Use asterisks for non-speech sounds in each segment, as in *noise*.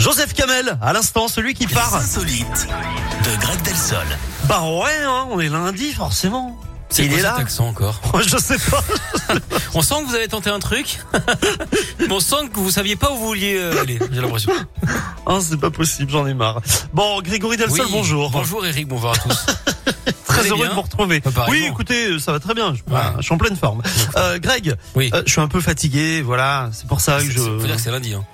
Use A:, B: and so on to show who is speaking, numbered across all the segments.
A: Joseph Kamel, à l'instant, celui qui part.
B: Insolite de Greg Delsol.
A: Bah ouais, hein, on est lundi, forcément.
C: C'est
A: Il
C: quoi
A: est
C: cet
A: là.
C: accent encore
A: *laughs* Je sais pas.
C: On sent que vous avez tenté un truc. *laughs* Mais on sent que vous saviez pas où vous vouliez euh, aller.
A: *laughs*
C: J'ai l'impression.
A: Hein, c'est pas possible, j'en ai marre. Bon, Grégory Delsol,
C: Oui.
A: bonjour.
C: Bonjour Eric, bonjour à tous.
A: *laughs* Très
C: allez
A: heureux
C: bien
A: de vous retrouver.
C: Bah, pareillement.
A: Oui, écoutez, euh, ça va très bien. Je,
C: Ouais.
A: je suis en pleine forme. Euh, Greg,
C: Oui.
A: euh, je suis un peu fatigué, voilà. C'est pour ça que
C: C'est-
A: je.
C: Faut dire que c'est lundi. Hein.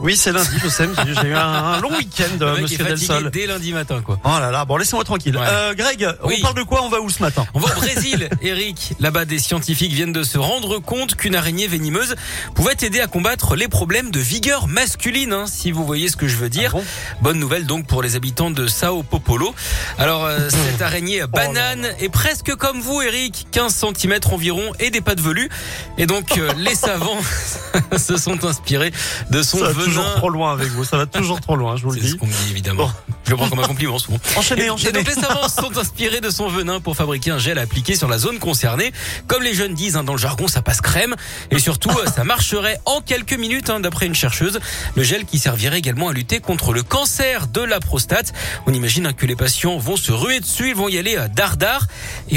A: Oui, c'est lundi, je sais. mais J'ai eu un, un long week-end,
C: Le
A: euh,
C: mec
A: Monsieur
C: est fatigué
A: Delsol.
C: dès lundi matin quoi.
A: Oh là là, bon, laissez-moi tranquille.
C: Ouais.
A: Euh, Greg,
C: Oui.
A: on parle de quoi On va où ce matin
C: On va
A: *laughs*
C: au Brésil, Eric. Là-bas, des scientifiques viennent de se rendre compte qu'une araignée venimeuse pouvait aider à combattre les problèmes de vigueur masculine, hein, si vous voyez ce que je veux dire.
A: Ah bon
C: Bonne nouvelle donc pour les habitants de Sao Popolo. Alors,
A: *coughs*
C: euh, cette
A: Oh
C: araignée banane est presque comme vous, Eric, 15 cm environ et des pattes velues. Et
A: *laughs*
C: donc, euh, les savants *laughs* se sont inspirés de son
A: Ça va toujours
C: venin.
A: trop loin avec vous. Ça va toujours trop loin, je vous le Oh.
C: C'est ce
A: dis.
C: qu'on me dit évidemment.
A: Bon.
C: Je le prends comme un compliment souvent.
A: Enchaînez,
C: Et- Et
A: enchaînez.
C: donc les *laughs* savants sont inspirés de son venin pour fabriquer un gel appliqué sur la zone concernée. Comme les jeunes disent hein, dans le jargon, ça passe crème. Et surtout, euh, ça marcherait en quelques minutes, hein, d'après une chercheuse. Le gel qui servirait également à lutter contre le cancer de la prostate. On imagine hein, que les patients vont se ruer dessus, ils vont y aller euh, dardard. Et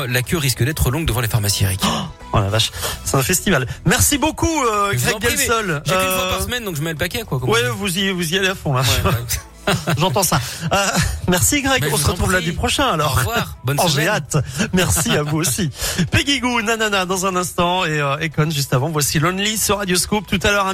A: *laughs*
C: euh, la queue risque d'être longue devant les pharmacies, Eric.
A: Oh la vache, c'est un festival. Merci beaucoup, euh,
C: Mais vous
A: Greg
C: en privez.
A: Delsol.
C: J'ai qu'une
A: Euh,
C: fois par semaine, donc je mets le paquet, quoi. comme on
A: Ouais,
C: dit.
A: vous y, vous y allez à fond là.
C: Ouais, ouais.
A: *laughs* J'entends ça. Euh, merci Greg.
C: Mais je
A: On se
C: vous en
A: retrouve
C: prie.
A: lundi prochain
C: Au
A: alors.
C: revoir. Bonne
A: Oh, j'ai
C: semaine.
A: hâte. Merci à vous
C: *laughs*
A: aussi. Peggy Goo, Nanana dans un instant et euh, Econ juste avant. Voici Lonely sur Radio Scoop tout à l'heure.